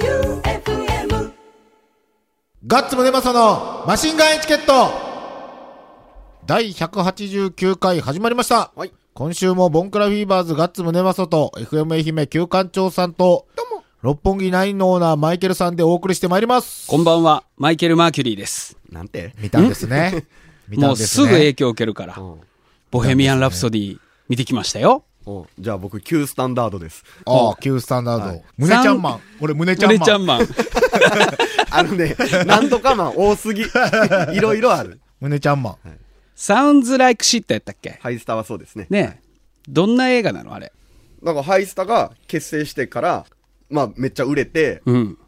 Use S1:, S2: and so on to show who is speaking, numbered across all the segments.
S1: J-O-E-U-F-M
S2: ガッツムネマソのマシンガンエチケット第189回始まりました、
S3: はい
S2: 今週もボンクラフィーバーズガッツムネマソと FM 愛媛旧館長さんと六本木ナインのオーナーマイケルさんでお送りしてまいります
S4: こんばんは、マイケル・マーキュリーです。
S3: なんて
S2: 見たんですね見た
S4: も
S2: ん
S4: う
S2: ですす
S4: ぐ
S2: ね
S4: 影響を受けるから、ボヘミアン・ラプソディ見てきましたよ。
S3: おじゃあ僕、旧スタンダードです。
S2: ああ旧スタンダード、胸ちゃんマン俺胸ちゃん
S4: ム
S2: マン
S4: ネちゃんマン。
S3: あのね、なんとかマン多すぎ。 いろいろある。
S2: 胸ちゃんマン、
S4: サウンズ・ライク・シットやったっけ
S3: ハイスタはそうですね。
S4: ねえ。どんな映画なのあれ。
S3: なんかハイスタが結成してから、まあめっちゃ売れて、
S4: うん。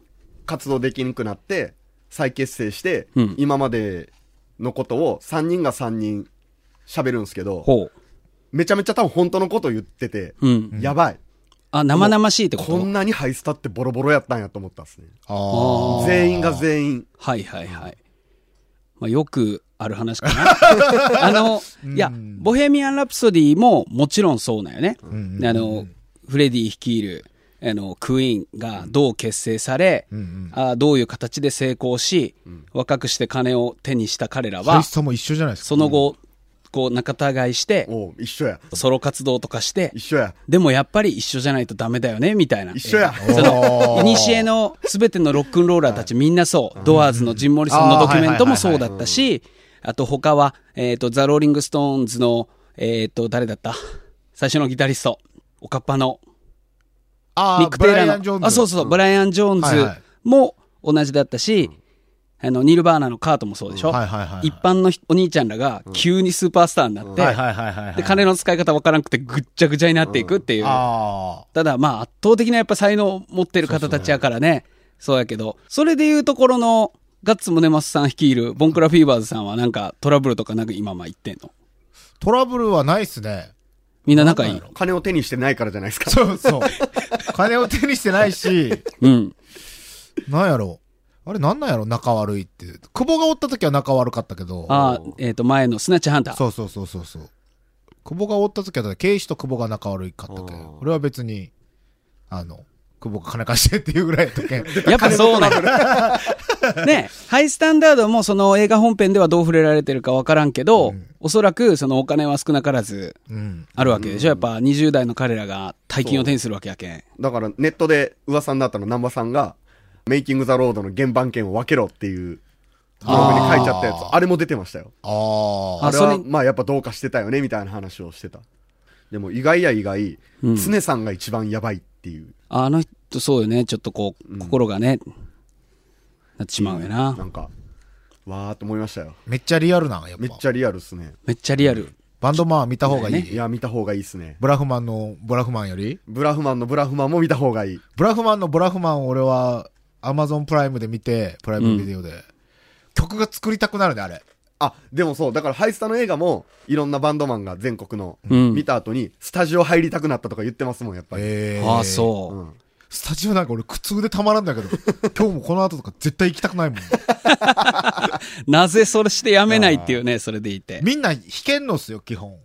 S3: 活動できなくなって、再結成して、
S4: うん
S3: 今までのことを3人が3人喋るんですけど、
S4: ほ
S3: めちゃめちゃ多分本当のこと言ってて、
S4: う。うん。
S3: やばい。
S4: あ、生々しいってこ
S3: ことんなにハイスタってボロボロやったんやと思ったんですね。
S2: ああ
S3: 全員が全員。
S4: はいはいはい。まあ、よくある話かな。 あの、いや、ボヘミアン・ラプソディももちろんそうなんよね。であの、フレディ率いる、あの、クイーンがどう結成され、あどういう形で成功し、若くして金を手にした彼ら
S2: ハ
S4: は
S2: イス、タも一緒じゃないですか
S4: その後、こう仲違いして、
S3: おう一緒や。
S4: ソロ活動とかして
S3: 一、緒や。
S4: でもやっぱり一緒じゃないとダメだよね、みたいな。
S3: 一緒や。
S4: そ
S2: お
S4: の、
S2: ー
S4: いにしえの全てのロックンローラーたちみんなそう。ドアーズのジン・モリソンのドキュメントもそうだったし、あと他は、えっ、と、ザ・ローリング・ストーンズの、えっ、と、誰だった最初のギタリスト、おかっぱの、
S2: ああ
S4: ミック・テイラ
S2: ブライアンジョー
S4: ー
S2: ン
S4: の、
S2: ズ
S4: あ、そうそう、ブライアン・ジョーン
S2: はいは
S4: ズ
S2: い
S4: も同じだったし、あの、ニルバーナのカートもそうでしょ、
S2: はいはいはいはい
S4: 一般のひお兄ちゃんらが急にスーパースターになって、
S2: はいはいはいはいはい
S4: で、金の使い方わからなくてぐっちゃぐちゃになっていくっていう。
S2: ああ
S4: ただまあ圧倒的なやっぱ才能を持ってる方たちやからね。そうやけど。それでいうところのガッツムネマスさん率いるボンクラフィーバーズさんはなんかトラブルとかなく今まあ言ってんの。
S2: トラブルはないっすね
S4: みんな仲いい。
S3: 金を手にしてないからじゃないですか。
S2: そうそう。金を手にしてないし、
S4: うん。
S2: なんやろ。あれなんなんやろ仲悪いって。久保がおった時は仲悪かったけど。
S4: ああ、えっ、と前のスナッチハンター。
S2: そうそうそうそうそう。久保がおった時は、警視と久保が仲悪いかったけど、俺は別に、あの、久保が金貸してっていうぐらいやったけ ん。
S4: やっぱそうなの。ねハイスタンダードもその映画本編ではどう触れられてるかわからんけど、おそらくそのお金は少なからず
S2: うん。
S4: あるわけでしょ、やっぱ20代の彼らが大金を手にするわけやけん。
S3: だからネットで噂になったの南波さんが、メイキング・ザ・ロードの原版権を分けろっていう、ブログに書いちゃったやつ、あれも出てましたよ。
S2: ああ。
S4: あ
S3: あれは、
S4: それ
S3: まあやっぱどうかしてたよね、みたいな話をしてた。でも意外や意外、常さんが一番やばいっていう、
S4: あの人、そうよね。ちょっとこう、心がね、なってしまうよな。
S3: なんか、わーって思いましたよ。
S2: めっちゃリアルなん、やっ
S3: めっ
S2: ぱ。
S3: ちゃリアルっすね。
S4: めっちゃリアル。
S2: バンドマンは見た方がいい。
S3: いや、見た方がいいっすね。
S2: ブラフマンのブラフマンより
S3: ブラフマンのブラフマンも見た方がいい。
S2: ブラフマンのブラフマンを俺は、アマゾンプライムで見て、プライムビデオで。曲が作りたくなるね、あれ。
S3: あ、でもそう、だからハイスタの映画も、いろんなバンドマンが全国の、
S4: うん
S3: 見た後に、スタジオ入りたくなったとか言ってますもん、やっぱり。
S2: ええ
S4: ああ、そう、
S3: うん
S2: スタジオなんか俺苦痛でたまらんだけど、 今日もこの後とか絶対行きたくないもん。
S4: なぜそれしてやめないっていうね、それでいて。
S2: みんな弾けんのっすよ、基本。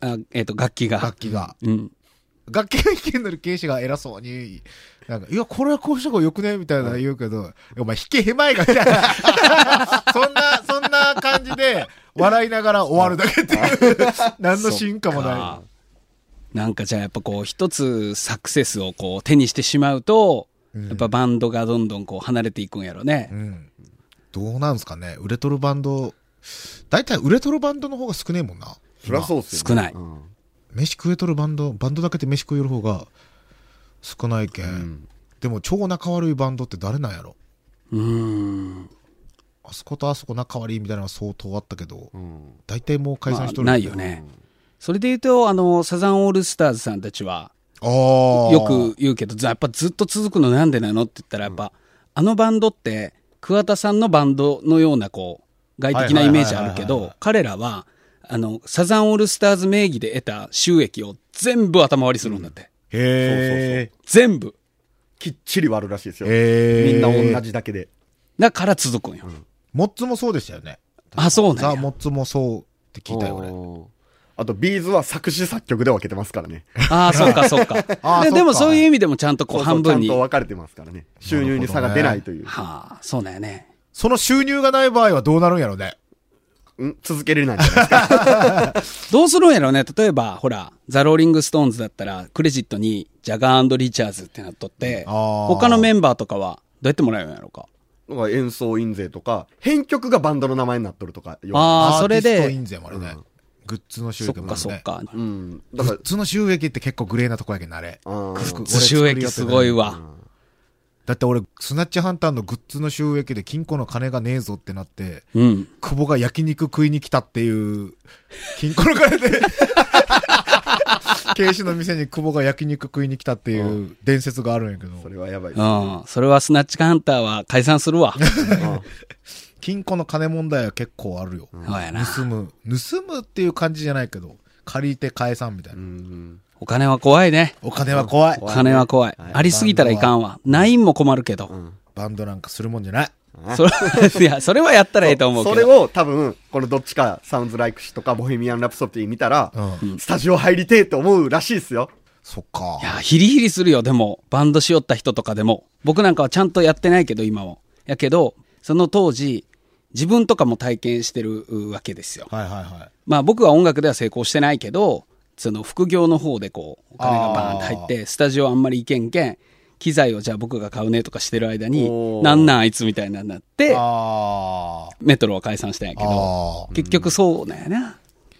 S4: あえっ、と、楽器が。
S2: 楽器が。
S4: うん。
S2: 楽器が弾けんのに警視が偉そうに、なんか、いや、これはこうした方がよくねみたいなの言うけど、いやお前弾けへまいが、みたいな。 そんな、そんな感じで、笑いながら終わるだけっていう、何の進化も
S4: あ
S2: な
S4: ーなんかじゃあやっぱこう、一つサクセスをこう、手にしてしまうと、やっぱバンドがどんどんこう、離れていくんやろね。
S2: い。うん。どうなんすかね売れとるバンド、大体売れとるバンドの方が少ねえもんな。
S3: そりゃそうっすよ、ね。
S4: 少ない
S3: うん
S2: 飯食えとるバンドバンドだけで飯食える方が少ないけん、でも超仲悪いバンドって誰なんやろ
S4: うーん。
S2: あそことあそこ仲悪いみたいなのは相当あったけど、
S3: ん
S2: 大体もう解
S4: ま
S2: 散
S4: あ
S2: しとる、
S4: ないよね。それで言うと、あの、サザンオールスターズさんたちは、
S2: ああ
S4: よく言うけど、ざやっぱずっと続くのなんでなのって言ったら、やっぱ、あのバンドって、桑田さんのバンドのような、こう、外的なイメージあるけど、彼らは、あの、サザンオールスターズ名義で得た収益を全部頭割りするんだって。
S2: へえ
S4: 全部。
S3: きっちり割るらしいですよ。
S2: へー
S3: みんな同じだけで。
S4: だから続くんよ。
S2: モッツもそうでしたよね
S4: あ、そう
S2: ザ・
S4: なんや
S2: モッツもそうって聞いたよ俺
S3: おーあと、ビーズは作詞作曲で分けてますか らね。
S4: ああ、そっかそっか。
S2: あー
S4: ででも
S2: そっか
S4: そういう意味でもちゃんとこう
S3: そうそう
S4: 半分に。
S3: ちゃんと
S4: は
S3: 分かれてますからね。収入に差が出ないという。
S4: あ、そうだよね。
S2: その収入がない場合はどうなるんやろうね。
S3: うん続けれないんじゃないですか。
S4: どうするんやろうね。例えば、ほら、ザ・ローリング・ストーンズだったら、クレジットにジャガーリチャーズってなっとって、
S2: あー
S4: 他のメンバーとかはどうやってもらえるんやろうか。
S3: なんか演奏印税とか、編曲がバンドの名前になっとるとかよ。
S4: あ
S2: ア
S4: ー
S2: ーティスト
S4: それで
S2: 印税もあるね。グッズの収
S4: そっ
S2: 益もあ
S4: か
S2: るね。
S4: そっか。
S3: うん。
S2: グ
S3: だから
S2: ッ、ズの収益って結構グレーなとこやけんな、あれ。
S3: あー
S2: グッズ
S4: 収益すごい。わ。
S2: だって俺、スナッチハンターのグッズの収益で金庫の金がねえぞってなって、
S4: うん。
S2: 久保が焼肉食いに来たっていう、金庫の金で、警視の店に久保が焼肉食いに来たっていう伝説があるんやけど、
S3: それはやばいですね。
S4: うん。それはスナッチハンターは解散する わ。
S2: 金庫の金問題は結構あるよ。
S4: そうやな。
S2: 盗む。盗むっていう感じじゃないけど、借りて返さんみたいな。
S3: うん。
S4: お金は怖いね。
S2: お金は怖い。
S4: お金は怖い。ありすぎたらいかんわ。ないんも困るけど。
S2: バンドなんかするもんじゃない。
S4: それいや、それはやったらいいと思うけ
S3: そ
S4: ど。
S3: れを多分、このどっちか、サウンズライクシとか、ボヘミアン・ラプソディ見たら、
S2: う
S3: スタジオ入りてえって思うらしいですよ。
S2: そっか
S4: い。や、ヒリヒリするよ、でも。バンドしよった人とかでも。僕なんかはちゃんとやってないけど、今も。やけど、その当時、自分とかも体験してるうわけですよ。
S2: はいはいはい。
S4: まあ僕は音楽では成功してないけど、その副業の方でこう、お金がバーンって入って、スタジオあんまり行けんけん、機材をじゃあ僕が買うねとかしてる間
S3: お
S4: に、
S3: ー
S4: なんなんあいつみたいなになって、
S2: あー
S4: メトロは解散したんやけど、
S2: あー。
S4: 結局そうなんやな。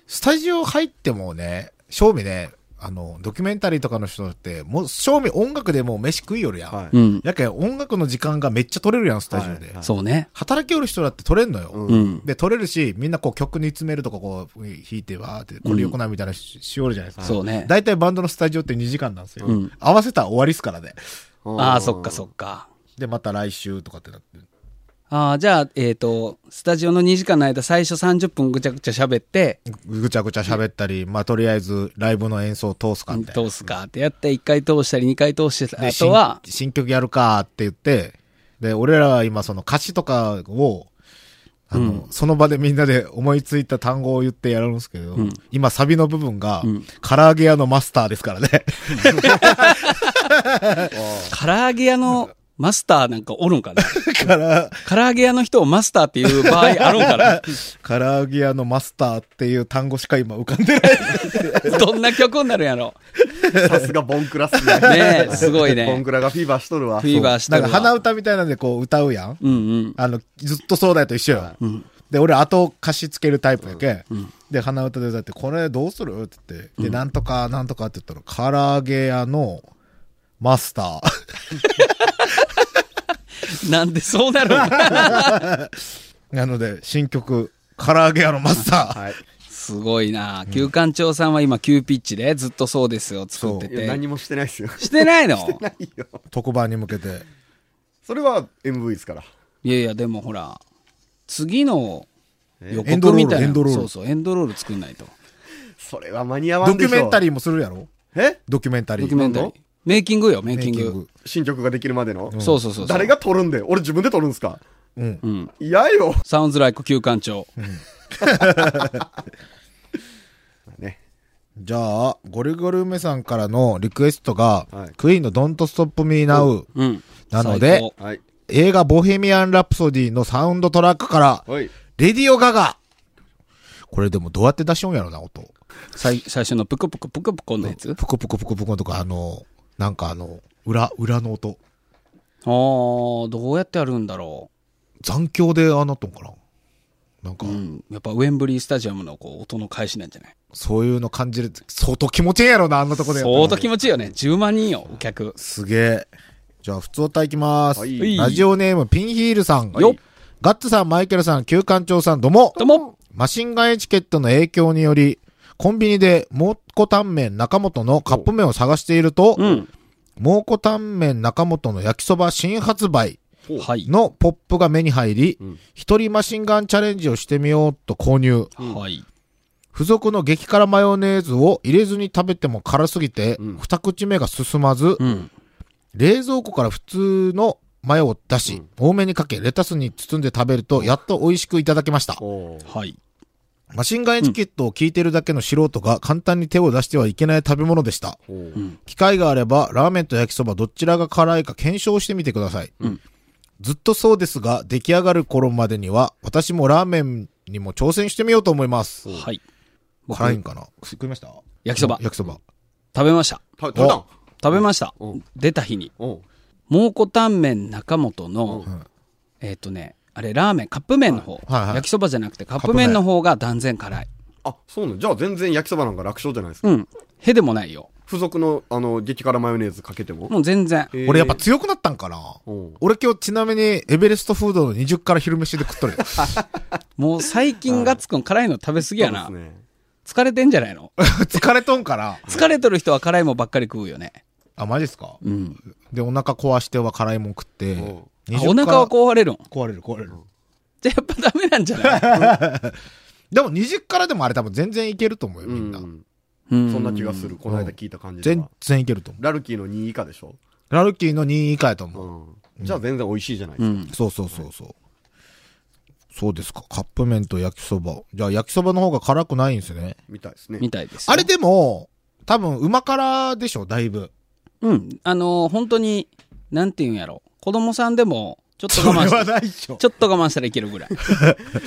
S2: スタジオ入ってもね、正味ね、あの、ドキュメンタリーとかの人って、もう、正味音楽でもう飯食いよるやん。
S3: は
S4: う
S3: い。
S4: ん。
S2: やけん音楽の時間がめっちゃ取れるやん、スタジオで。
S3: はいはい
S4: そうね。
S2: 働きよる人だって取れんのよ。
S4: うん。
S2: で、取れるし、みんなこう曲に詰めるとかこう、弾いてわーって、これよくないみたいなし,、しよるじゃないですか。
S4: そうね。
S2: 大体バンドのスタジオって2時間なんですよ。
S4: うん
S2: 合わせたら終わりっすからね。
S4: ああ、そっかそっか。
S2: で、また来週とかってなって。
S4: ああ、じゃあ、えっ、と、スタジオの2時間の間、最初30分ぐちゃぐちゃ喋って、
S2: ぐちゃぐちゃ喋ったり、まあ、とりあえずライブの演奏を通すかみたいな。
S4: 通すかってやって、1回通したり2回通して、
S2: で
S4: あとは、
S2: 新新曲やるかって言って、で、俺らは今その歌詞とかを、あの、その場でみんなで思いついた単語を言ってやるんですけど、今サビの部分が、唐揚げ屋のマスターですからね。
S4: 唐揚げ屋のマスターなんかおるんかな
S2: から、
S4: 唐揚げ屋の人をマスターっていう場合あるんかな
S2: 唐揚げ屋のマスターっていう単語しか今浮かんでない。
S4: どんな曲になるんやろ
S3: さすがボンクラっすね。
S4: ねえすごいね
S3: ボンクラがフィーバーしとるわ。
S4: フィーバーし
S2: な
S4: て
S2: ん
S4: る
S2: か
S4: わ。
S2: 鼻歌みたいなんでこう歌うやん。
S4: うんうん。
S2: あの、ずっとそうだよと一緒よ。で、俺、後歌詞つけるタイプやけ。で、鼻歌で歌って、これどうするって言って、で、なんとか、なんとかって言ったら、唐揚げ屋のマスター。
S4: なんでそうなるん
S2: なので、新曲、唐揚げ屋のマスター。
S3: はい。
S4: すごいな。旧館長さんは今、急ピッチでずっとそうですよ、作って
S3: いや、
S4: て。
S3: 何もしてないですよ。
S4: してないの
S3: ないよ。
S2: 特番に向けて。
S3: それは MV ですから。
S4: いやいや、でもほら、次の予
S2: エンドロ
S4: 告
S2: ール
S4: みたいな
S2: エンドロール
S4: そうそう、エンドロール作んないと。
S3: それは間に合わ
S2: ド
S3: んで
S2: キ
S3: し
S2: ュ
S3: ょ。
S2: メンタリーもするやろ
S3: え
S2: ドキュメンタリー。
S4: ドキュメンタリー。メイキングよ、メイキング。
S2: メイキング
S3: 新曲ができるまでの。
S4: そうそうそうそう。
S3: 誰が撮るんで俺自分で撮るんすか
S2: うん。
S4: うん。
S3: 嫌よ。
S4: サウンズライク旧 館長。
S3: ね。
S2: じゃあ、ゴリゴリ梅さんからのリクエストが、
S3: はい
S2: クイーンの Don't Stop Me Now
S4: うん。
S2: なので
S4: 最高
S3: はい。
S2: 映画ボヘミアン・ラプソディのサウンドトラックから、
S3: はい。
S2: レディオガガこれでもどうやって出しようんやろな、音。
S4: 最最初のプクプクプクプクのやつ
S2: プクプクプクプクのとか、あの、なんかあの、裏、裏の音。
S4: あー、どうやってやるんだろ
S2: 残響でああなっとんかななんか
S4: う。う、ん。やっぱウェンブリースタジアムのこう音の返しなんじゃない
S2: そういうの感じる。相当気持ちいいやろな、あんなとこでやったら。
S4: 相当気持ちいいよね。10万人よ、お客。
S2: すげえ。じゃあ、普通歌いきます。
S3: は
S4: うい
S3: い。
S2: ラジオネーム、ピンヒールさん。
S4: よっ
S2: ガッツさん、マイケルさん、旧館長さん、どうも。
S4: どうも。
S2: マシンガンエチケットの影響により、コンビニで、蒙古タンメン中本のカップ麺を探していると、
S4: うん。
S2: 蒙古タンメン中本の焼きそば新発売
S4: はい。
S2: のポップが目に入り
S3: ん、
S2: 一、人マシンガンチャレンジをしてみようと購入。
S4: はい。
S2: 付属の激辛マヨネーズを入れずに食べても辛すぎて、
S3: うん
S2: 二口目が進まず、
S4: うん。
S2: 冷蔵庫から普通のマヨを出し、多めにかけ、レタスに包んで食べると、やっと美味しくいただけました。
S3: おー
S4: はい。
S2: マシンガンエチケットを聞いてるだけの素人が簡単に手を出してはいけない食べ物でした。機会があれば、ラーメンと焼きそばどちらが辛いか検証してみてください。
S4: うん
S2: ずっとそうですが、出来上がる頃までには、私もラーメンにも挑戦してみようと思います。
S4: はい。僕
S2: 辛いんかな食いました
S4: 焼きそば
S2: 焼きそば。
S4: 食べました。
S3: た食べたん
S4: 食べました
S3: うん。
S4: 出た日に。
S3: おう
S4: 蒙古タンメン中本の
S3: う、
S4: えっとね、あれラーメン、カップ麺の方。
S2: はいはい
S4: 焼きそばじゃなくてカップ麺の方が断然辛い。
S3: あ、そうなんじゃあ全然焼きそばなんか楽勝じゃないですか。
S4: うん。へでもないよ。
S3: 付属の、あの、激辛マヨネーズかけても。
S4: もう全然。
S3: えー
S2: 俺やっぱ強くなったんかな
S3: うん
S2: 俺今日ちなみに、エベレストフードの20から昼飯で食っ とるよ。
S4: もう最近ガッツくん辛いの食べ過ぎやな
S3: そう。ですね
S4: 疲れてんじゃないの
S2: 疲れとんから。
S4: 疲れとる人は辛いもんばっかり食うよね。
S2: あ、マジっすか
S4: うん。
S2: で、お腹壊しては辛いもん食って
S3: お。
S4: あお腹は壊れるん。
S2: 壊れる、壊れる。
S4: じゃあやっぱダメなんじゃない
S2: でも20からでもあれ多分全然いけると思うよ、
S3: う
S2: みんな。
S3: ん。
S4: そ
S3: そんな気がする。この間聞いた感じで
S2: 全
S3: は。
S2: 然いけると思
S3: ラルキーの2位以下でしょ
S2: う。ラルキーの2位以下やと思う。
S3: うん。じゃあ全然美味しいじゃないで
S4: う
S3: すか。
S4: ん。
S2: そうそうそうそう。そうですか。カップ麺と焼きそば。じゃあ焼きそばの方が辛くないんですね。
S3: みたいですね。
S4: みたいですよ。
S2: あれでも、多分、うま辛でしょ、だいぶ。
S4: うん。あのー本当に、なんていうんやろ。子供さんでも、ちょっと我慢して、
S2: ないでしょ。
S4: ちょっと我慢したらいけるぐらい。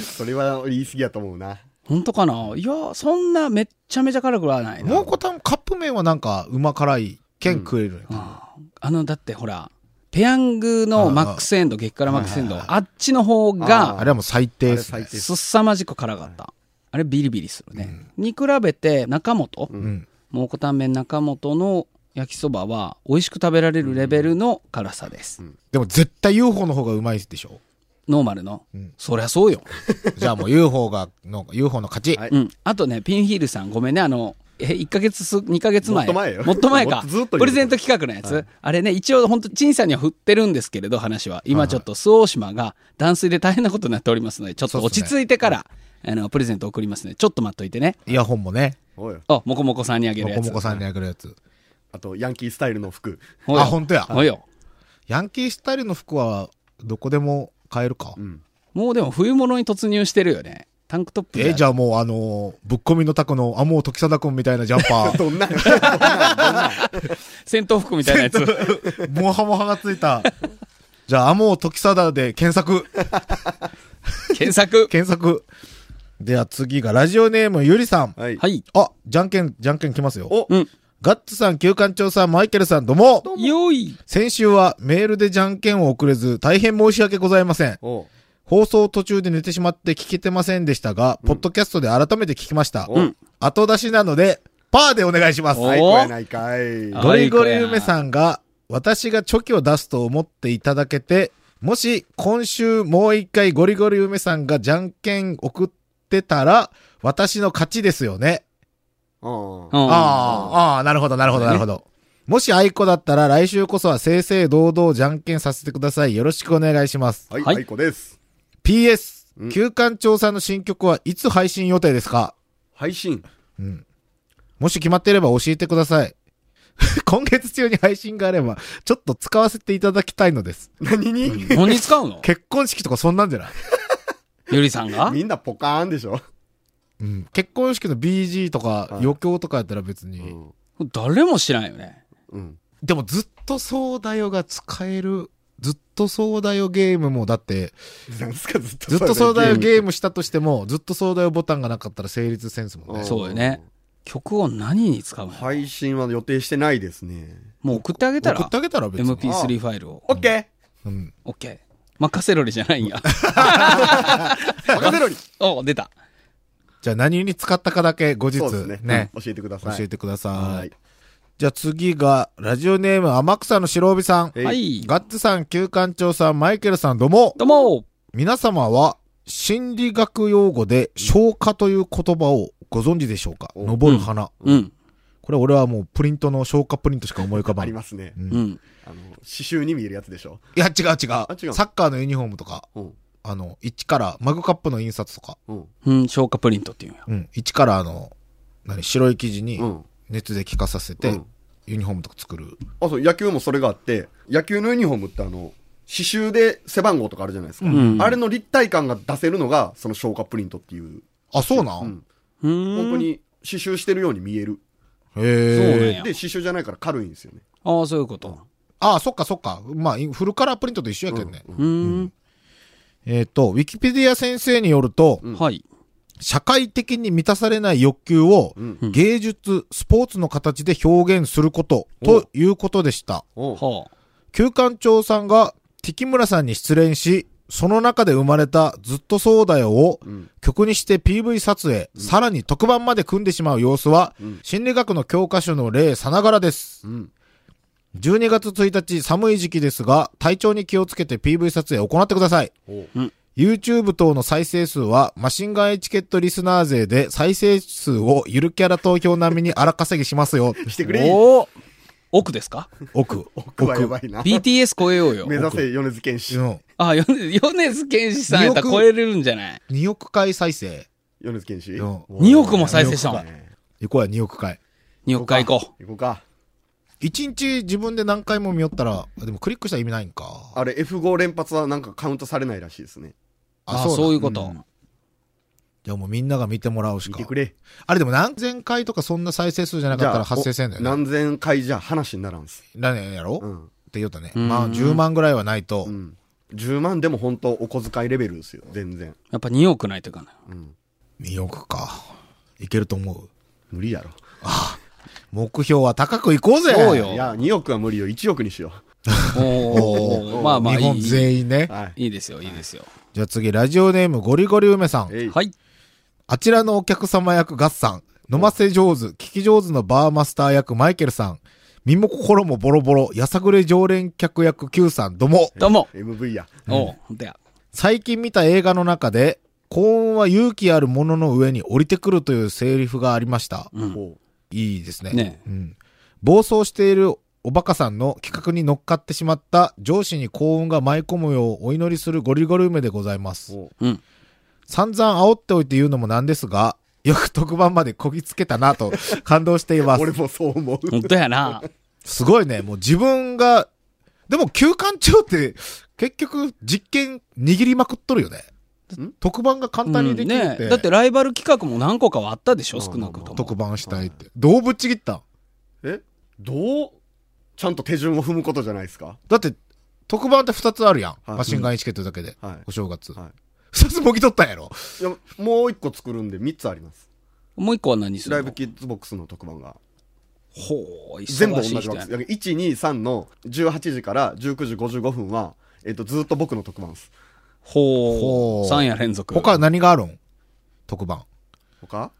S3: それは言い過ぎやと思うな。
S4: 本当かないや、そんなめっちゃめちゃ辛くはないな。
S2: もうこたん、カップ麺はなんか、うま辛い。剣食えるよ、
S4: あーあの、だってほら、ペヤングのマックスエンド、激辛マックスエンド、あっちの方
S2: あ
S4: が、
S2: れはもう最低です、
S3: あれ
S2: ね
S3: 最。低
S4: すさまじく辛かった。あれビリビリするね。に比べて、中本、
S2: うん。
S4: 蒙古タンメン中本の焼きそばは、美味しく食べられるレベルの辛さです。
S2: でも絶対 UFO の方がうまいでしょ。
S4: ノーマルの。
S2: ん
S4: そりゃそうよ。
S2: じゃあもう UFO が、の、UFO の勝ち。
S3: はい
S4: うん。あとね、ピンヒールさん、ごめんね、あの、え、1ヶ月す、2ヶ月
S3: も
S4: 前。
S3: っと前よ
S4: もっと前か。
S3: もっとずっと言う
S4: プレゼント企画のやつ。あれね、一応、本当陳さんには振ってるんですけれど、話は。今ちょっと、周防島が断水で大変なことになっておりますので、ちょっ
S2: そ
S4: と
S2: うっす
S4: 落
S2: ね
S4: ち着いてから、あの、プレゼント送りますので、ちょっと待っといてね。
S2: イヤホンもね、
S3: おい。
S4: あ、もこもこさんにあげ
S2: も
S4: る
S2: こ
S4: やつ。
S2: もこさんにあげるやつ。
S3: あと、ヤンキースタイルの服。
S4: ほよ
S2: あほんとや
S4: ほよ。
S2: ヤンキースタイルの服は、どこでも買えるか。
S3: うん。
S4: もうでも、冬物に突入してるよね。タンクトップ
S2: え、じゃ
S4: ゃ
S2: あもうあのーぶっ込みのタコの、あ、もう時貞君みた いなジャンパー、
S3: どんな、どんな
S4: 戦闘服みたいなやつ。
S2: もはもはがついた。じゃあ、あ、もう時貞で検索、
S4: 検索。
S2: 検索。では次が、ラジオネームゆりさん。
S3: はい。
S4: はい。
S2: あ、じゃんけん、じゃんけん来ますよ。
S3: お
S4: うん。
S2: ガッツさん、旧館長さん、マイケルさん、どうも。
S4: よい。
S2: 先週はメールでじゃんけんを送れず、大変申し訳ございません。
S3: おう
S2: 放送途中で寝てしまって聞けてませんでしたが、ポッドキャストで改めて聞きました。
S3: おう
S2: 後出しなので、パーでお願いします。
S4: お
S3: 最高やないかい。
S4: あ
S2: ゴリゴリ梅さんが、私がチョキを出すと思っていただけて、もし今週もう一回ゴリゴリ梅さんがじゃんけん送ってたら、私の勝ちですよね。
S3: うん
S4: うん
S2: ああ、ああ、なるほど、なるほど、なるほど。もし愛子だったら来週こそは正々堂々じゃんけんさせてください。よろしくお願いします。
S3: はい、
S4: はい
S3: はい、こです。
S2: PS、
S3: うん
S2: 休館長さんの新曲はいつ配信予定ですか
S3: 配信。
S2: もし決まっていれば教えてください。 今月中に配信があれば、ちょっと使わせていただきたいのです。
S3: 何に
S4: 何に使うの
S2: 結婚式とかそんなんじゃない
S4: ゆりさんが
S3: みんなポカーンでしょ
S2: うん、結婚式の BG とか余興とかやったら別に、
S3: うん
S4: 誰も知らんよね。
S3: うん。
S2: でもずっとそうだよが使えるずっとそうだよゲームもだって
S3: なんすか、ずっと。
S2: ずっとそうだよゲームしたとしてもずっとそうだよボタンがなかったら成立せんすもん
S3: ん
S2: ね
S4: そうよね。曲を何に使うの
S3: 配信は予定してないですね。
S4: もう送ってあげたら
S2: 送ってあげたら別に、
S4: MP3 ファイルを。
S3: オッケ
S2: うん、
S4: OK。任せろりじゃないんや。
S3: ー任せろに
S4: お出た。
S2: じゃあ何に使ったかだけ後日
S3: そうです
S2: ね
S3: ね。うん教えてくださ
S2: 教
S3: い。
S2: えてください、
S3: はい。
S2: じゃあ次がラジオネーム天草の白帯さん
S3: えい
S4: はい。
S2: ガッツさん旧館長さんマイケルさんどうも
S4: どうも
S2: 皆様は心理学用語で消化という言葉をご存知でしょうか
S3: お
S2: 昇る花。
S4: うん。
S2: これ俺はもうプリントの消化プリントしか思い浮かば
S3: あ
S2: ん。
S3: り
S2: い
S3: ますね。
S4: うん。
S3: あの、刺繍に見えるやつでしょ
S2: や、違う違う。サ
S3: 違う
S2: ッカーのユニフォームとか、
S3: うん。
S2: あの、1から、マグカップの印刷とか、
S3: うん。
S4: うん、消化プリントっていうんや。
S2: うん、1からあの、何、白い生地に
S3: うん。
S2: 熱で気化させ
S3: う
S2: て
S3: ん、
S2: ユニフォームとか作る。
S3: あ、そう、野球もそれがあって、野球のユニフォームってあの、刺繍で背番号とかあるじゃないですか。
S4: ん
S3: あれの立体感が出せるのが、その消化プリントっていう
S2: あ、そうな
S3: うんん、本
S4: 本
S3: 当。に刺繍してるように見える。
S4: そうなん
S2: へえ。
S4: や
S3: で、刺繍じゃないから軽いんですよね。
S4: ああ、そういうこと。
S2: あ、そっかそっか。まあ、フルカラープリントと一緒やけどね。
S4: うー
S2: えっと、ウィキペディア先生によると、
S4: ん。はい。
S2: 社会的に満たされない欲求を
S3: うん
S2: 芸術、スポーツの形で表現することということでした。
S3: おう
S4: は
S2: 旧館長さんが敵村さんに失恋し、その中で生まれたずっとそうだよを
S3: うん
S2: 曲にして PV 撮影、さらに特番まで組んでしまう様子は、
S3: うん
S2: 心理学の教科書の例さながらです。
S3: うん。
S2: 12月1日寒い時期ですが、体調に気をつけて PV 撮影を行ってください。
S3: おう
S2: YouTube 等の再生数はマシンガンエチケットリスナー勢で再生数をゆるキャラ投票並みに荒稼ぎしますよ。
S3: して
S4: あ
S3: くれ
S4: おお奥ですか
S2: 奥。
S3: 奥はやばいな。
S4: ?BTS 超えよう よ
S3: 目。指せ米津玄師。
S2: の
S4: あ、ヨネズケンシさんやったら超えれるんじゃない
S2: 2億回再生。
S3: 米津玄師。
S2: うん
S3: おう
S4: 2億も再生したもん
S3: 二億か
S2: 行こうや、2億回。
S4: ?2 億回行こう。
S3: 行こうか。
S2: 1日自分で何回も見よったら、でもクリックしたら意味ないんか。
S3: あれ F5 連発はなんかカウントされないらしいですね。
S4: ああ、そういうこ。
S2: な
S4: と
S2: ん。じゃあもうみんなが見てもらうし
S3: 見
S2: か
S3: て。くれ。
S2: あれでも何千回とかそんな再生数じゃなかったら発生せんだよね。
S3: 何千回じゃ話にならんす。
S2: 何やろ、
S3: う
S2: っ
S3: ん。
S2: て言うとね。
S4: ん
S2: まあ10万ぐらいはないと。
S3: うん。10万でも本当お小遣いレベルですよ。全然。
S4: やっぱ2億ないといかない。
S2: 2億か。いけると思う。
S3: 無理やろ。
S2: 目標は高くいこうぜ
S4: そうよ
S3: いや、2億は無理よ。1億にしよ
S4: おーまあまあいい。
S2: 日本全員ね
S3: う。。はい。
S4: いいですよ、いいですよ。
S2: じゃあ次、ラジオネームゴリゴリ梅さん。
S3: えい。
S4: はい。
S2: あちらのお客様役ガッさん。飲ませ上手、聞き上手のバーマスター役マイケルさん。身も心もボロボロ、やさぐれ常連客役 Q さん、どうも。
S4: どうも。
S3: MV や。
S4: おう、ほんとや。
S2: 最近見た映画の中で、幸運は勇気あるものの上に降りてくるというセリフがありました。
S3: おう
S2: いいですね。
S4: ね
S2: うん。暴走しているおバカさんの企画に乗っかってしまった上司に幸運が舞い込むようお祈りするゴリゴリ梅でございます。
S3: おう
S4: うん。
S2: 散々煽っておいて言うのもなんですが、よく特番までこぎつけたなと感動しています
S3: 俺。もそう思う。
S4: ほんとやな。
S2: すごいね。もう自分が、でも休館長って結局実験握りまくっとるよね
S3: ん。
S2: 特番が簡単にできるって。
S4: うんねだってライバル企画も何個かはあったでしょ少なくとも。
S2: 特番したいって。どうぶっちぎったん
S3: えどうちゃんと手順を踏むことじゃないですか
S2: だって、特番って二つあるやん。
S3: はい
S2: マシンガンエチケットだけで。
S3: はい
S2: お正月。
S3: は
S2: 二つもぎ取ったんやろ。
S3: いやもう一個作るんで3つあります
S4: もう一個は何す
S3: ライ
S4: る
S3: ブ
S4: の
S3: キッズボックスの特番が
S4: ほう、
S3: 全部同
S4: 忙
S3: じ
S4: し
S3: 枠
S4: い人
S3: で
S4: や
S3: す
S4: な。
S3: 123の18時から19時55分は、えっとずっと僕の特番です
S4: ほ
S2: ほ
S4: う。
S2: う
S4: 3夜連続。
S2: 他何があるん特番。
S3: 他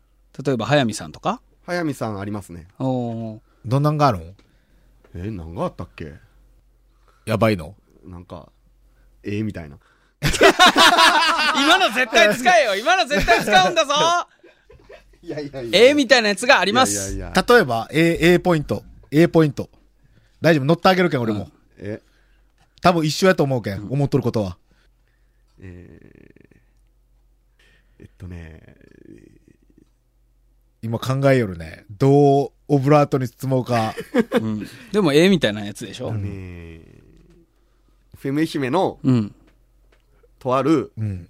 S4: 例えば、早見さんとか
S3: 速水さんありますね
S4: おー
S2: どんなんがあるん
S3: え何があったっけ
S2: やばいの。
S3: なんかええみたいな
S4: 今の絶対使えよ今の絶対使うんだぞ
S3: いやいやい
S4: ええ
S3: み
S4: みたいなやつがあり
S3: いや
S4: ま
S3: い
S4: す。
S3: やいや
S2: 例えば、A、A ポイント。A ポイント。大丈夫、乗ってあげるけん、俺も。
S3: え
S2: 多分一緒やと思うけん、思っとることは。
S3: えっとね
S2: 今考えよるね。どう、オブラートに包もう か。
S4: うんでも、ええみたいなやつでしょ
S3: ねフェム姫の
S4: うん。
S3: とある
S2: うん。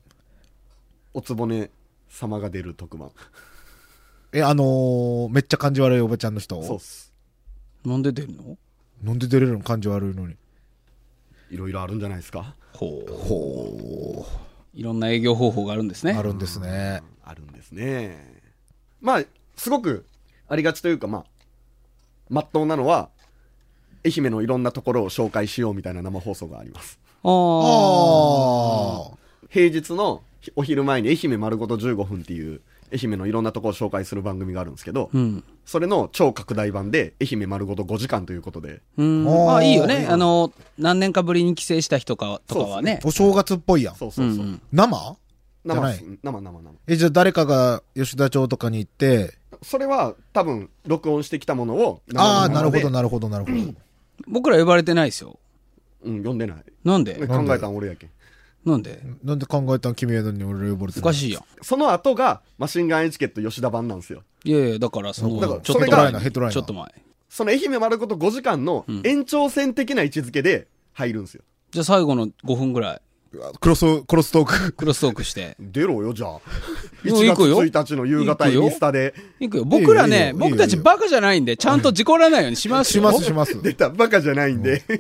S3: おつぼね様が出る特番
S2: え、あのー、めっちゃ感じ悪いおばちゃんの人。
S3: そうっす
S4: なんで出るの
S2: なんで出れるの感じ悪いのに。
S3: いろいろあるんじゃないですか
S4: ほう。いろんな営業方法があるんですね
S2: あ。るんですね。
S3: あるんですねまあすごくありがちというかまあまっとうなのは愛媛のいろんなところを紹介しようみたいな生放送があります
S4: ああ。
S2: ああ。
S3: 平日のお昼前に愛媛丸ごと15分っていう愛媛のいろんなところを紹介する番組があるんですけど、
S4: うん。
S3: それの超拡大版で愛媛丸ごと5時間ということで
S4: うん。
S2: おー
S4: あ、いいよ
S2: いい
S4: ね。
S2: よ
S4: あの、何年かぶりに帰省した人か、とかはね。
S2: お正月っぽいやん。
S3: そうそううんそう、
S4: うん。
S2: 生
S3: 生っす
S2: じ
S3: 生生生
S2: え、じゃあ誰かが吉田町とかに行って、
S3: それは多分録音してきたものを生
S2: ああ、
S3: 生
S2: なるほ
S3: で
S2: ど、なるほど、なるほど。
S4: 僕ら呼ばれてないですよ。
S3: うん読んでない
S4: なん
S3: 考え
S4: で
S3: たん俺やけん
S4: なんで
S2: なんで考えたん君やのに俺呼ばれて
S4: おか
S2: い。
S4: しいやん。
S3: その後がマシンガンエチケット吉田版なんですよ
S4: いやいや、だからその、
S3: だから
S4: ちょっと
S3: それが
S4: 前
S2: ヘッドライナー
S4: に。ちょっと前。
S3: その愛媛丸ごと5時間の延長線的な位置づけで入るんですよ。。
S4: じゃあ最後の5分ぐらい、
S2: クロス、クロストーク。
S4: クロストークして
S3: 出ろよ、じゃあ。
S4: いや
S3: 1
S4: 行
S3: 月
S4: くよ
S3: 1日の夕方、
S4: 行くよ
S3: インスタで
S4: いくよ。僕ら
S2: いいよいい
S4: ね、
S2: よ
S4: 僕たちバカじゃないんで、ちゃんと事故らないようにしま す
S2: し
S4: よ。
S2: ますし ます。
S3: 出たバカじゃないんで、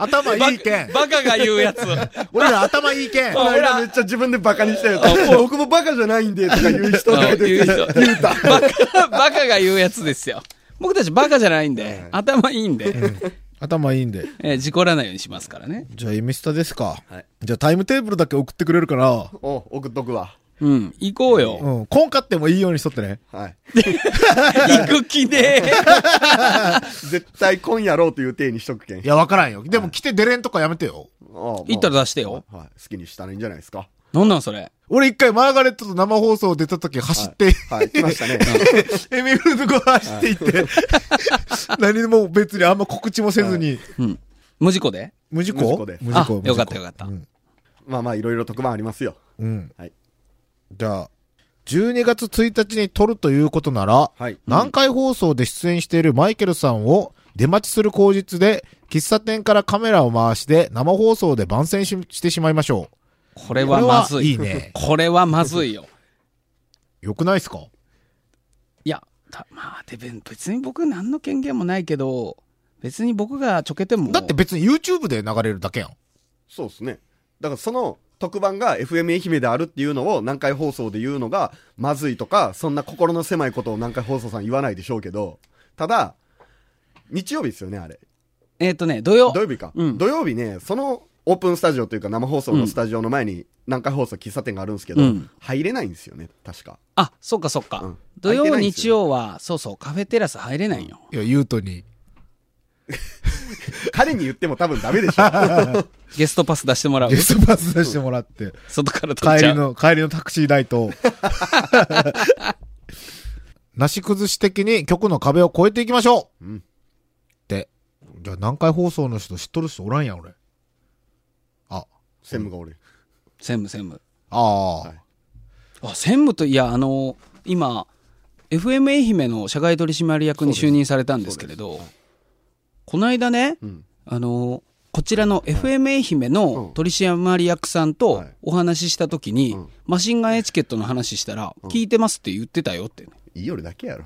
S2: 頭いいけん。
S4: バカが言うやつ。
S2: 俺ら頭いい けん。
S3: この
S4: 俺ら
S3: 間めっちゃ自分でバカにしたよ
S4: あそう
S3: 僕もバカじゃないんでとか言う人が出
S4: 言う
S3: て
S4: 人
S3: 言うた
S4: バカ、バカが言うやつですよ。僕たちバカじゃないんで、頭いいんで、
S2: 頭いいんで。
S4: えー事故らないようにしますからね。
S2: じゃあ、イミスタですか。
S3: はい
S2: じゃあ、タイムテーブルだけ送ってくれるから、
S3: お送っとくわ
S4: うん、行こうよ。
S2: うん、コン買ってもいいようにしとってね。
S3: はい
S4: 行く気 ね
S3: 絶対今やろうという体にしとくけん
S2: いや、わからんよ。でも来て出れんとかやめてよ。
S3: 行
S4: 行ったら出してよ。
S3: はい、好きにしたらいいんじゃないですか
S4: なんなんそれ。
S2: 俺一回マーガレットと生放送出た時走って、
S3: はい来ましたね
S2: エミフルの子走っていって、何も別にあんま告知もせずに。
S4: うん。無事故で
S2: 無事故
S3: 無事故で
S2: 無事
S4: あ
S2: 故、無事、故
S4: よかったよかった。
S3: まあまあいろいろ特番ありますよ
S2: うん。
S3: はい
S2: じゃあ、12月1日に撮るということなら、
S3: はい
S2: 南海放送で出演しているマイケルさんを出待ちする口実で、喫茶店からカメラを回して生放送で番宣ししてしまいましょ
S4: これ
S2: う。こ
S4: は
S2: れ
S4: ま
S2: は
S4: ず
S2: い
S4: い。
S2: い ね。
S4: これはまずいよ。
S2: よくないですか
S4: いや、たまあ、で、べ別に僕何の権限もないけど、別に僕がちょけても。
S2: だって別に YouTube で流れるだけやん。
S3: そうですねだからその特番が FM 愛媛であるっていうのを南海放送で言うのがまずいとかそんな心の狭いことを南海放送さん言わないでしょうけどただ日曜日ですよねあれ
S4: えっ、とね、土曜
S3: 土。曜日か、
S4: うん
S3: 土曜日ねそのオープンスタジオというか生放送のスタジオの前に南海放送喫茶店があるんですけど、
S4: うん
S3: 入れないんですよね確か
S4: あ、そっかそっか。
S3: うん
S4: 土
S3: 空いて
S4: 曜、
S3: ないんです
S4: 日曜は、そうそう、カフェテラス入れないよ。
S2: いや、言うとに。
S3: 彼に言っても多分ダメで しょは
S4: ゲストパス出してもらう
S2: ゲ。ストパス出してもら って。
S4: 外から取っ
S2: 帰
S4: ちゃ
S2: り
S4: う。
S2: の、帰りのタクシー代と。 なし崩し的に局の壁を越えていきましょう、
S3: うん
S2: で、じゃあ南海放送の人知っとる人おらんやん、俺。あ、
S3: 専務が俺
S4: 専務、専務。
S2: ああ、
S3: はい
S4: あ、専務と、いや、あの、今、FM 愛媛の社外取締役に就任されたんですけれど、この間ね、
S3: うん
S4: あの、こちらの FM 愛媛の取締役さんと
S3: はい
S4: お話ししたときに、
S3: うん
S4: マシンガンエチケットの話したら、聞いてますって言ってたよって。
S3: いい夜だけやろ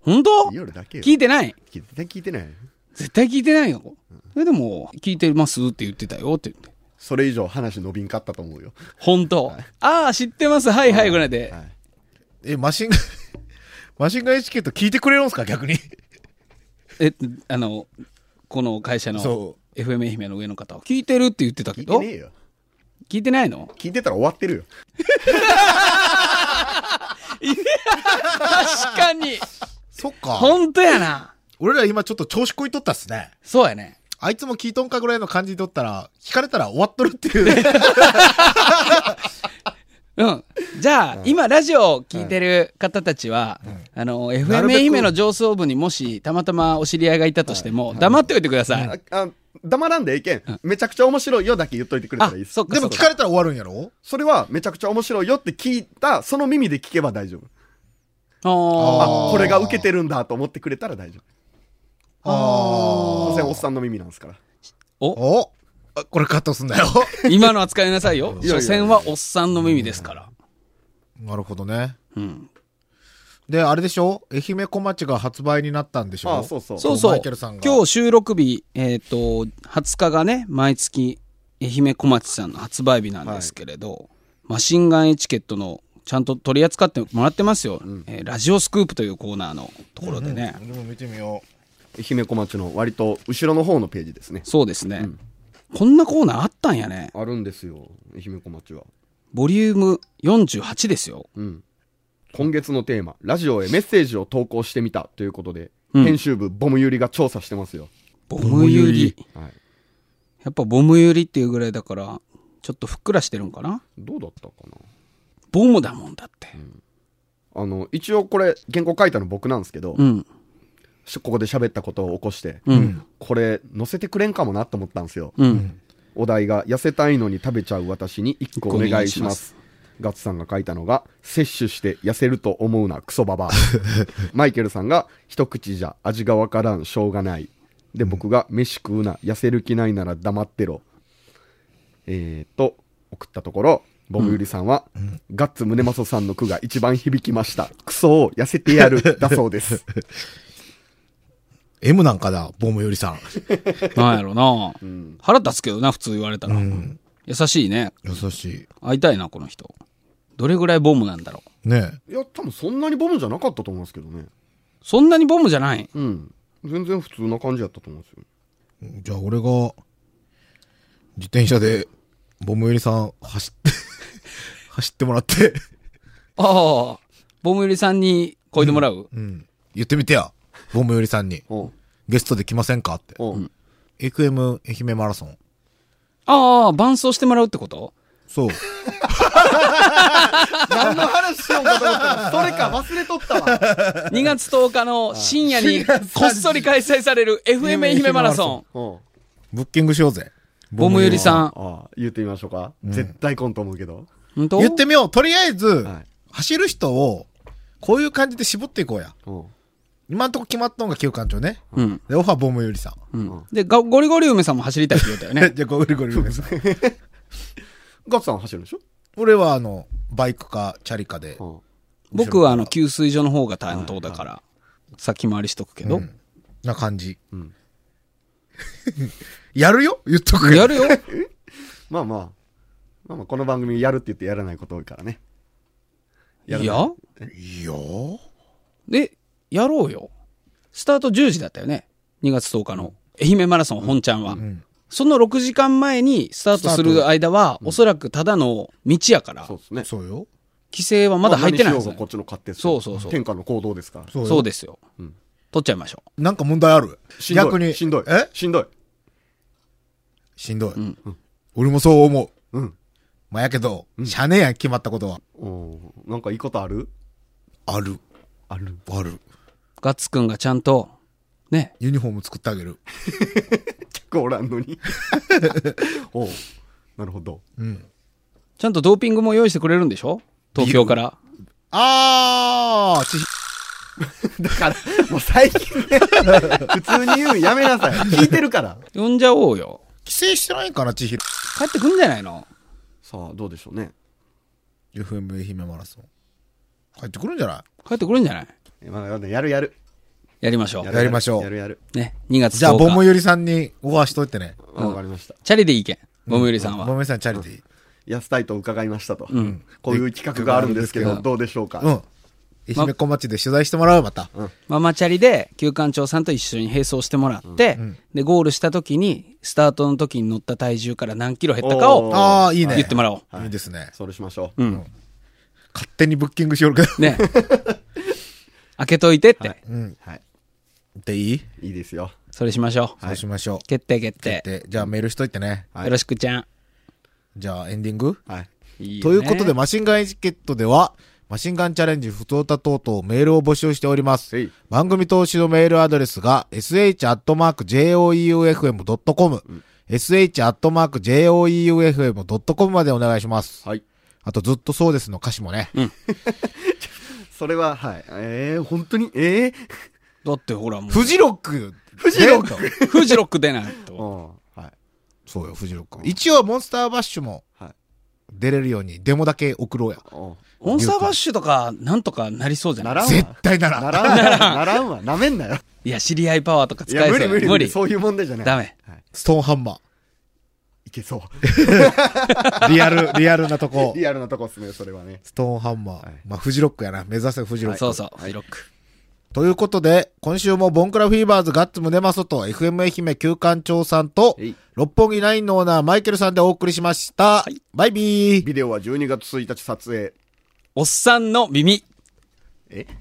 S4: 本当
S3: いい夜だけよ
S4: 聞いてない
S3: 聞いて聞いてない
S4: 絶対聞いてないよ。それでも、聞いてますって言ってたよって言って。
S3: それ以上話伸びんかったと思うよ
S4: 本当、ああ、知ってます。はいはいぐらいで。
S3: はい
S2: え、マシンガン、 マシンガンエチケット聞いてくれるんすか、逆に。
S4: え、あの、この会社の
S2: そ
S4: FM 愛媛の上の方は聞いてるって言ってた
S3: 聞
S4: け
S3: いて
S4: ど、
S3: ねえ
S4: 聞
S3: よ
S4: いてな いの
S3: 聞いてたら終わってるよ
S4: 確かに
S2: そっか。
S4: 本当やな
S2: 俺ら今ちょっと調子こいとったっすね。
S4: そうやね。
S2: あいつも聞いとんかぐらいの感じにとったら、聞かれたら終わっとるって いう。
S4: うん。じゃあ、今、ラジオを聞いてる方たちは、あの、
S2: なる
S4: FM
S2: べく
S4: 愛媛の上層部にもし、たまたまお知り合いがいたとしても、黙っておいてください。
S3: ああ黙らんでええけん、めちゃくちゃ面白いよだけ言っといてくれた
S4: あ
S3: らいい、です
S4: そっか
S2: で
S4: そ
S2: も
S4: っ
S2: 聞
S4: か。
S2: かれたら終わるんやろ
S3: それはめちゃくちゃ面白いよって聞いたその耳で聞けば大丈夫
S4: あ
S2: あ
S3: あ
S2: ー
S3: これが受けてるんだと思ってくれたら大丈夫
S2: あ
S3: 所詮おっさんの耳なんですから
S2: あ。おあこれカットすん だよ。
S4: ー今の扱いなさいよ。
S3: いや
S4: 所詮はおっさんの耳ですから。
S2: なるほどね。
S4: うん。
S2: で、あれでしょ愛媛小町が発売になったんでしょ
S3: あそうそう
S4: そうそ
S2: マ
S4: う。
S2: イケルさんが
S4: 今日収録日、えっ、と、20日がね、毎月、愛媛小町さんの発売日なんですけれど、マシンガンエチケットの、ちゃんと取り扱ってもらってますよ、えーラジオスクープというコーナーのところでね。
S2: でも見てみよ
S3: 愛媛小町の割と後ろの方のページですね
S4: そうですね、こんなコーナーあったんやね。
S3: あるんですよ愛媛小町は
S4: ボリューム48ですよ。
S3: うん今月のテーマ「ラジオへメッセージを投稿してみた」ということで、
S4: うん
S3: 編集部ボムユリが調査してますよ、
S4: ボムユリ。
S3: はい、
S4: やっぱボムユリっていうぐらいだから、ちょっとふっくらしてるんかな
S3: どうだったかな
S4: ボムだもんだって。
S3: あの一応これ原稿書いたの僕なんですけど、
S4: うん。
S3: しここで喋ったことを起こして、
S4: うん。
S3: これ載せてくれんかもなと思ったんですよ、
S4: うん。
S3: お題が「痩せたいのに食べちゃう私に一個お願いします」ガッツさんが書いたのが「摂取して痩せると思うなクソバ バア」マイケルさんが「一口じゃ味がわからんしょうがない」で僕が「飯食うな痩せる気ないなら黙ってろ」えー、と送ったところ、ボブユリさんは、ガッツムネマソさんの句が一番響きました。クソを痩せてやる、だそうです。
S2: M なんかだ、ボムよりさん。
S4: なんやろな、腹立つけどな、普通言われたら。優しいね。
S2: 優し
S4: 会いたいな、この人。どれぐらいボムなんだろう。
S2: い。ね
S3: いや、多分そんなにボムじゃなかったと思いますけどね。
S4: そんなにボムじゃない。
S3: うん。全然普通な感じやったと思うんですよ。
S2: え。じゃあ俺が、自転車で、ボムよりさん走って、 走ってもらって、
S4: ああ、ボムよりさんにこいでもらう、
S2: うん。言ってみてや。ボムよりさんに。
S3: おう
S2: ゲストで来ませんかって。
S3: おう、
S2: FM 愛媛マラソン。
S4: ああ、伴奏してもらうってこと
S2: そう。
S3: 何の話しようかと思ったら、それか忘れとったわ。
S4: ?2 月10日の深夜にこっそり開催される FM 愛媛マラソン。
S3: おう
S2: ブッキングしようぜ。
S4: ボムよりさん。
S3: ああ、言ってみましょうか。絶対来んと思うけど。
S4: 本当
S2: 言ってみよう。とりあえず、
S3: はい
S2: 走る人を、こういう感じで絞っていこうや。
S3: おう
S2: 今んとこ決まったのが旧館長ね。
S4: うん。
S2: で、オファーボムよりさん。
S4: うん。で、ゴゴリゴリ梅さんも走りたいって言うた よね。
S2: じゃあ、ゴリゴリ梅さん。
S3: ガッツさんは走るんでしょ
S2: 俺は、あの、バイクか、チャリかで。
S3: おう
S4: 僕はあの、給水所の方が担当だから、先回りしとくけど。
S2: な感じ。
S3: ん
S2: やるよ言っとくけど
S4: やるよ。
S3: まあまあ。まあまあ、この番組やるって言ってやらないこと多いからね。
S4: い
S3: や
S4: や
S3: るね
S2: いやー
S4: で、やろうよ。スタート10時だったよね。2月10日の。愛媛マラソン本ちゃんは。その6時間前にスタートする間は、おそらくただの道やから、
S3: そうですね。
S2: そうよ。
S4: 規制はまだ入ってない
S3: まあ
S4: は
S3: 何し
S4: ず
S3: よう
S4: だ
S3: がこ
S4: よ
S3: っちの勝手です
S4: そうそうそう
S3: 天下の行動ですから。
S2: そうよ。
S4: そうですよ。
S3: ん
S4: 取っちゃいましょう。
S2: なんか問題ある
S3: しんどい
S2: 逆に。
S3: しんどい。
S2: え
S3: しんどい。
S2: しんどい。俺もそう思う。
S3: うん。
S2: まあ、やけど、しゃねえやん、決まったことは。
S3: おーなんかいいことある
S2: ある。
S3: ある。
S2: ある。
S4: ガッツくんがちゃんと、ね、
S2: ユニフォーム作ってあげる。
S3: 結構おらんのに。 おうなるほど。
S4: ちゃんとドーピングも用意してくれるんでしょ東京から。
S2: あー、ち
S3: だから、もう最近ね、 普通に言うんやめなさい。聞いてるから。
S4: 呼んじゃおうよ。
S2: 帰省してないんかな、千尋。
S4: 帰ってくんじゃないの
S3: さあ、どうでしょうね。
S2: FM 愛媛マラソン。帰ってくるんじゃな
S4: 帰ってくるんじゃない
S3: まあ、やるやる。
S4: やりましょ
S3: や
S4: う。
S3: る
S2: やりましょう
S3: やるやる。
S4: ね、2月10
S2: い
S4: 日。
S2: じゃあ、ボムよりさんにオファーしといてね。
S3: わかりました。
S4: チャリでいいけん。ボムよりさん
S2: ボ
S4: は。
S2: ムよりさんチャリティー。
S3: 安タイと伺いましたと。こういう企画があるんですけど、どうでしょうか。
S2: うん。愛媛小町で取材してもらう、また。
S4: ママチャリで旧館長さんと一緒に並走してもらって、で、ゴールした時に、スタートの時に乗った体重から何キロ減ったか
S3: お
S4: を
S3: ー
S2: ああ、いいね。
S4: 言ってもらおう。
S2: いいですね。
S3: それしましょう。
S4: うん。
S2: 勝手にブッキングしよるけど。
S4: ね。開けといてって、
S2: うん。
S3: はい。
S2: でいい
S3: いいですよ。
S4: それしましょう。
S2: そうしましょう。
S4: 決定決定。
S2: で、じゃあメールしといてね。
S3: はい
S4: よろしくちゃん。
S2: じゃあエンディング
S3: はい。
S4: いいよ
S2: と
S4: ね
S2: いうことで、マシンガンエチケットでは、マシンガンチャレンジ不当た等々メールを募集しておりま
S3: は
S2: す
S3: い。
S2: 番組投資のメールアドレスが、sh.joeufm.com、sh.joeufm.com までお願いします。
S3: はい。
S2: あと、ずっとそうですの歌詞もね。
S3: それは、はい。えー、本当に、えー、
S4: だってほらもう、
S2: フジロック
S3: フジロッ
S2: ク
S4: フジロック出ないと。
S3: うん。はい。
S2: そうよ、フジロック。一応、モンスターバッシュも
S3: はい。
S2: 出れるように、デモだけ送ろうや。
S3: うん
S4: モンスターバッシュとか、なんとかなりそうじゃ
S3: な
S4: ない
S3: らん
S2: 絶
S3: わ。
S2: 対ならん。
S3: ならんわ。ならんわ。なめんなよ。
S4: いや、知り合いパワーとか
S3: い
S4: 使え
S3: や、
S4: そ
S3: 無
S4: う
S3: 理
S4: や
S3: 無理無
S4: 無
S3: 理。
S4: 理。
S3: そういう問題じゃない。
S4: ダメ。
S3: はい。
S2: ストーンハンマ
S3: いけそう。
S2: ー。リアル、リアルなとこ。
S3: リアルなとこっすね、それはね。
S2: ストーンハンマー。
S3: はい
S2: まあ、フジロックやな。目指せフジロック。
S4: そうそう、フジロック。
S2: ということで、今週もボンクラフィーバーズガッツムネマソと FM 愛媛旧館長さんと
S3: はい、
S2: 六本木ナインのオーナーマイケルさんでお送りしました。バイビー。
S3: ビデオは12月1日撮影。
S4: おっさんの耳。
S1: FM